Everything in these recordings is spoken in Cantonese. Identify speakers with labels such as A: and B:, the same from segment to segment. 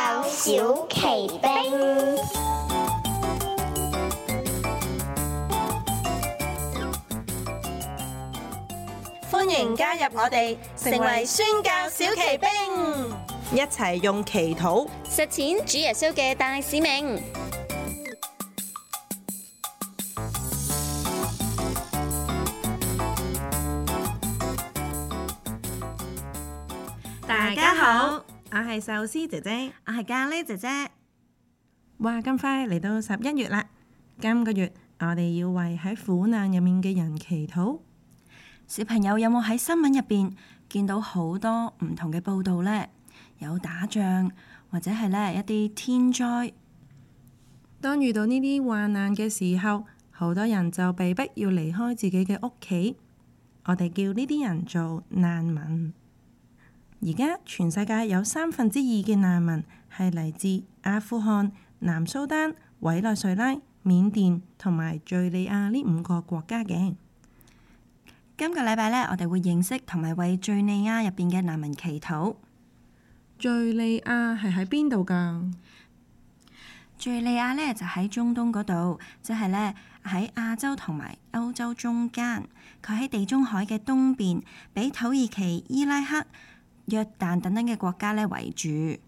A: 小奇兵，
B: 歡迎加入我哋，成為宣教小騎兵，一齊用祈禱
C: 實踐主耶穌嘅大使命。
B: 大家好，我係壽司姐姐。
D: 我係咖喱姐姐，
B: 哇，咁快嚟到十一月啦！今個月我哋要為喺苦難入面嘅人祈禱。
D: 小朋友有冇喺新聞入邊見到好多唔同嘅報道呢？有打仗或者係呢一啲天災，
B: 當遇到呢啲患難嘅時候，好多人就被逼要離開自己嘅屋企。我哋叫呢啲人做難民。而家全世界有三分之二嘅難民係嚟自阿富汗、南蘇丹、委內瑞拉、緬甸同埋敍利亞呢五個國家嘅。
D: 今個禮拜呢，我哋會認識同埋為敍利亞入邊嘅難民祈禱。
B: 敍利亞係喺邊度㗎？
D: 敍利亞呢，就喺中東嗰度，即係呢喺亞洲同埋歐洲中間。佢喺地中海嘅東邊，俾土耳其、伊拉克、約旦等等嘅國家呢圍住。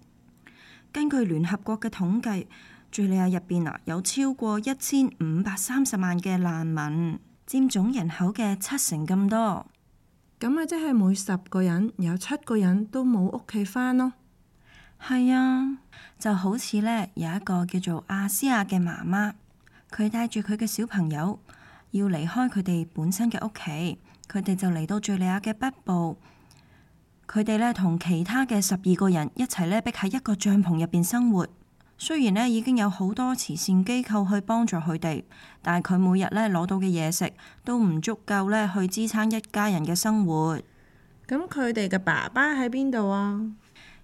D: 根據聯合國嘅統計，敍利亞入邊啊有超過一千五百三十萬嘅難民，佔總人口嘅七成咁多。
B: 咁啊，即係每十個人有七個人都冇屋企返咯。
D: 係啊，就好似呢有一個叫做亞斯亞嘅媽媽，佢帶住佢嘅小朋友要離開佢哋本身嘅屋企，佢哋就嚟到敍利亞嘅北部。佢哋呢同其他嘅十二個人一齊呢，逼喺一個帳篷入邊生活。雖然呢已經有好多慈善機構去幫助佢哋，但係佢每日呢攞到嘅嘢食都唔足夠呢去支撐一家人嘅生活。
B: 咁佢哋嘅爸爸喺邊度啊？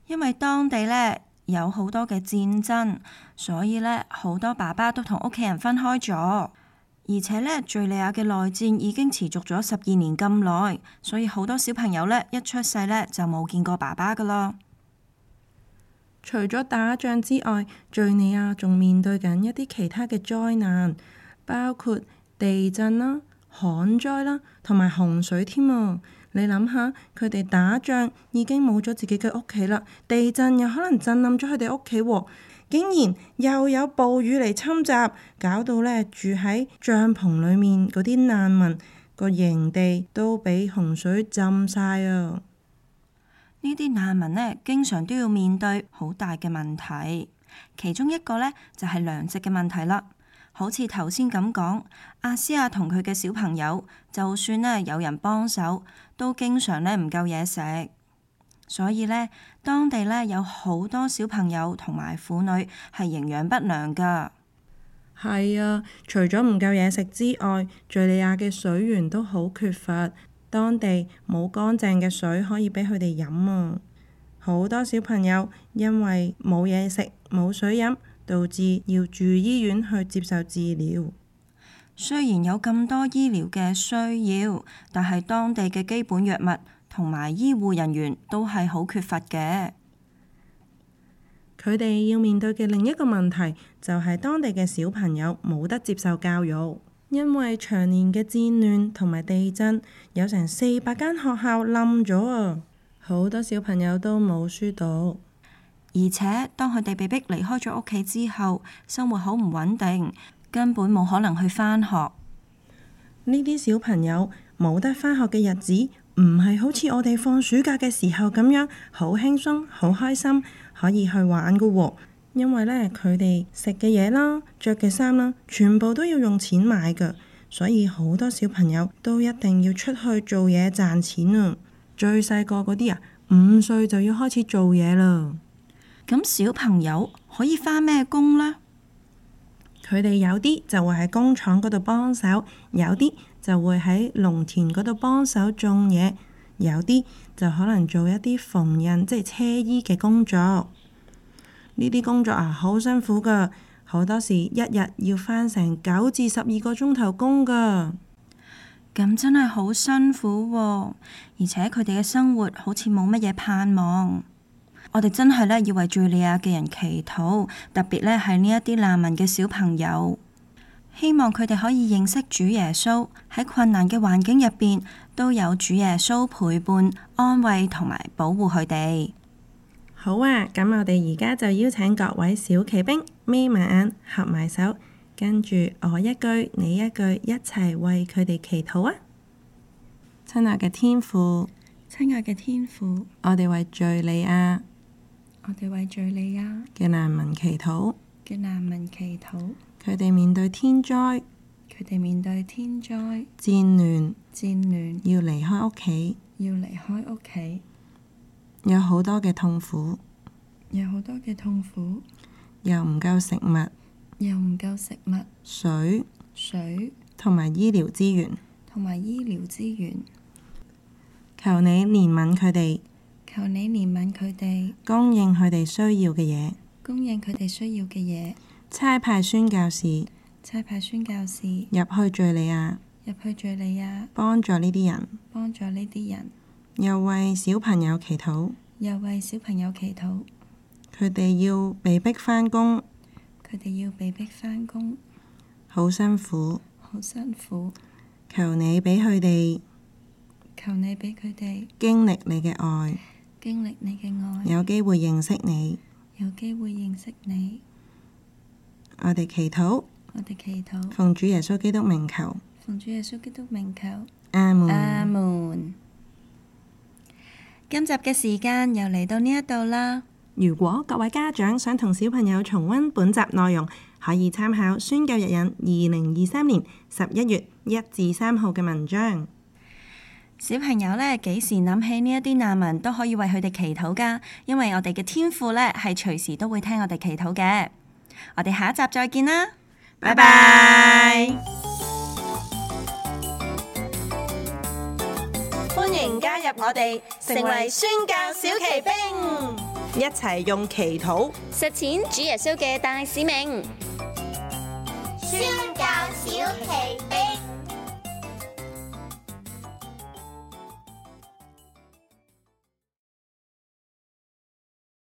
D: 因為當地咧有好多嘅戰爭，所以咧好多爸爸都同屋企人分開咗，而且咧敍利亞嘅內戰已經持續咗十二年咁耐，所以好多小朋友咧一出世咧就冇見過爸爸噶啦。
B: 除咗打仗之外，敍利亞仲面對緊一啲其他嘅災難，包括地震啦、旱災啦，同埋洪水添啊！你諗下，佢哋打仗已經冇咗自己嘅屋企啦，地震又可能震冧咗佢哋屋企喎，竟然又有暴雨嚟侵襲，搞到呢住喺帳篷裡面嗰啲難民個營地都俾洪水浸晒啊！
D: 呢啲難民呢，經常都要面對好大嘅問題，其中一個呢，就係糧食嘅問題啦。好似頭先咁講，阿斯亞同佢嘅小朋友，就算呢有人幫手，都經常呢唔夠嘢食。所以呢，當地呢有好多小朋友同埋婦女係營養不良㗎。
B: 係啊，除咗唔夠嘢食之外，敍利亞嘅水源都好缺乏，當地冇乾淨嘅水可以俾佢哋飲啊！好多小朋友因為冇嘢食、冇水飲，導致要住醫院去接受治療。
D: 雖然有咁多醫療嘅需要，但係當地嘅基本藥物同埋醫護人員都係好缺乏嘅。
B: 佢哋要面對嘅另一個問題就係當地嘅小朋友冇得接受教育，因為長年嘅戰亂同埋地震，有成四百間學校冧咗啊！好多小朋友都冇書讀。
D: 而且當佢哋被逼離開咗屋企之後，生活好唔穩定，根本冇可能去返學。
B: 呢啲小朋友冇得返學嘅日子，唔係好似我哋放暑假嘅時候咁樣好輕鬆、好開心，可以去玩㗎喎。因為呢，佢哋食嘅嘢啦、着嘅衫啦，全部都要用錢買㗎，所以好多小朋友都一定要出去做嘢賺錢啊！最細個嗰啲啊，五歲就要開始做嘢啦。
D: 咁小朋友可以返咩工呢？
B: 佢哋有啲就會喺工廠嗰度幫手，有啲就會喺農田嗰度幫手種嘢，有啲就可能做一啲縫紉即係車衣嘅工作。呢啲工作啊，好辛苦㗎，好多時一日要返成九至十二個鐘頭工㗎。
D: 咁真係好辛苦喎，而且佢哋嘅生活好似冇乜嘢盼望。我哋真係咧要為敍利亞嘅人祈禱，特別咧係呢一啲難民嘅小朋友，希望佢哋可以認識主耶穌，喺困難嘅環境入邊都有主耶穌陪伴、安慰同埋保護佢哋。
B: 好啊，咁我哋而家就邀請各位小騎兵眯埋眼、合埋手，跟住我一句你一句，一齊為佢哋祈禱啊！親愛嘅天父，
D: 親愛嘅天父，
B: 我哋為敍利亞
D: 我哋為敍利亞
B: 嘅難民祈禱，
D: 嘅難民祈禱，
B: 佢哋面對天災、
D: 佢哋面對天災、
B: 戰亂，
D: 戰亂，
B: 要離開屋企，
D: 要離開屋企，
B: 有好多嘅痛苦，
D: 有好多嘅痛苦，
B: 又唔夠食物、
D: 又唔夠食物、
B: 水
D: 水
B: 同埋醫療資源。
D: 同埋醫療資源。
B: 求你憐憫佢哋，
D: 求你憐憫佢哋，
B: 供應佢哋需要嘅嘢，
D: 供應佢哋需要嘅嘢。
B: 差派宣教士
D: 差派宣教士入
B: 入去敘利亞，
D: 去敍利亞，
B: 幫助呢啲人，
D: 幫助呢啲人，
B: 又為小朋友祈禱。
D: 又為小朋友祈禱。
B: 佢哋要被逼返工，
D: 佢哋要被逼返工，
B: 好辛苦。
D: 好辛苦。
B: 求你俾佢哋
D: 求你俾佢哋
B: 經歷你嘅愛，
D: 經歷你嘅愛，
B: 有機會認識你。
D: 有機會認識你。
B: 我哋祈禱，
D: 我哋祈禱，
B: 奉主耶穌基督名求，
D: 奉主耶穌基督名求。
B: 阿
D: 阿
B: 門。
D: 門。今集嘅時間又嚟到呢一度啦，
B: 如果各位家長想同小朋友重温本集內容，可以參考宣教日引二零二三年十一月一至三號嘅文章。
D: 小朋友呢，幾時諗起呢一啲難民都可以為佢哋祈禱噶，因為我哋嘅天父呢，係隨時都會聽我哋祈禱嘅。我哋下一集再見啦，
B: 拜拜。
D: 歡迎加入我哋，
B: 成為宣教小騎兵，一齊用祈禱
C: 實踐主耶穌嘅大使命。
A: 宣教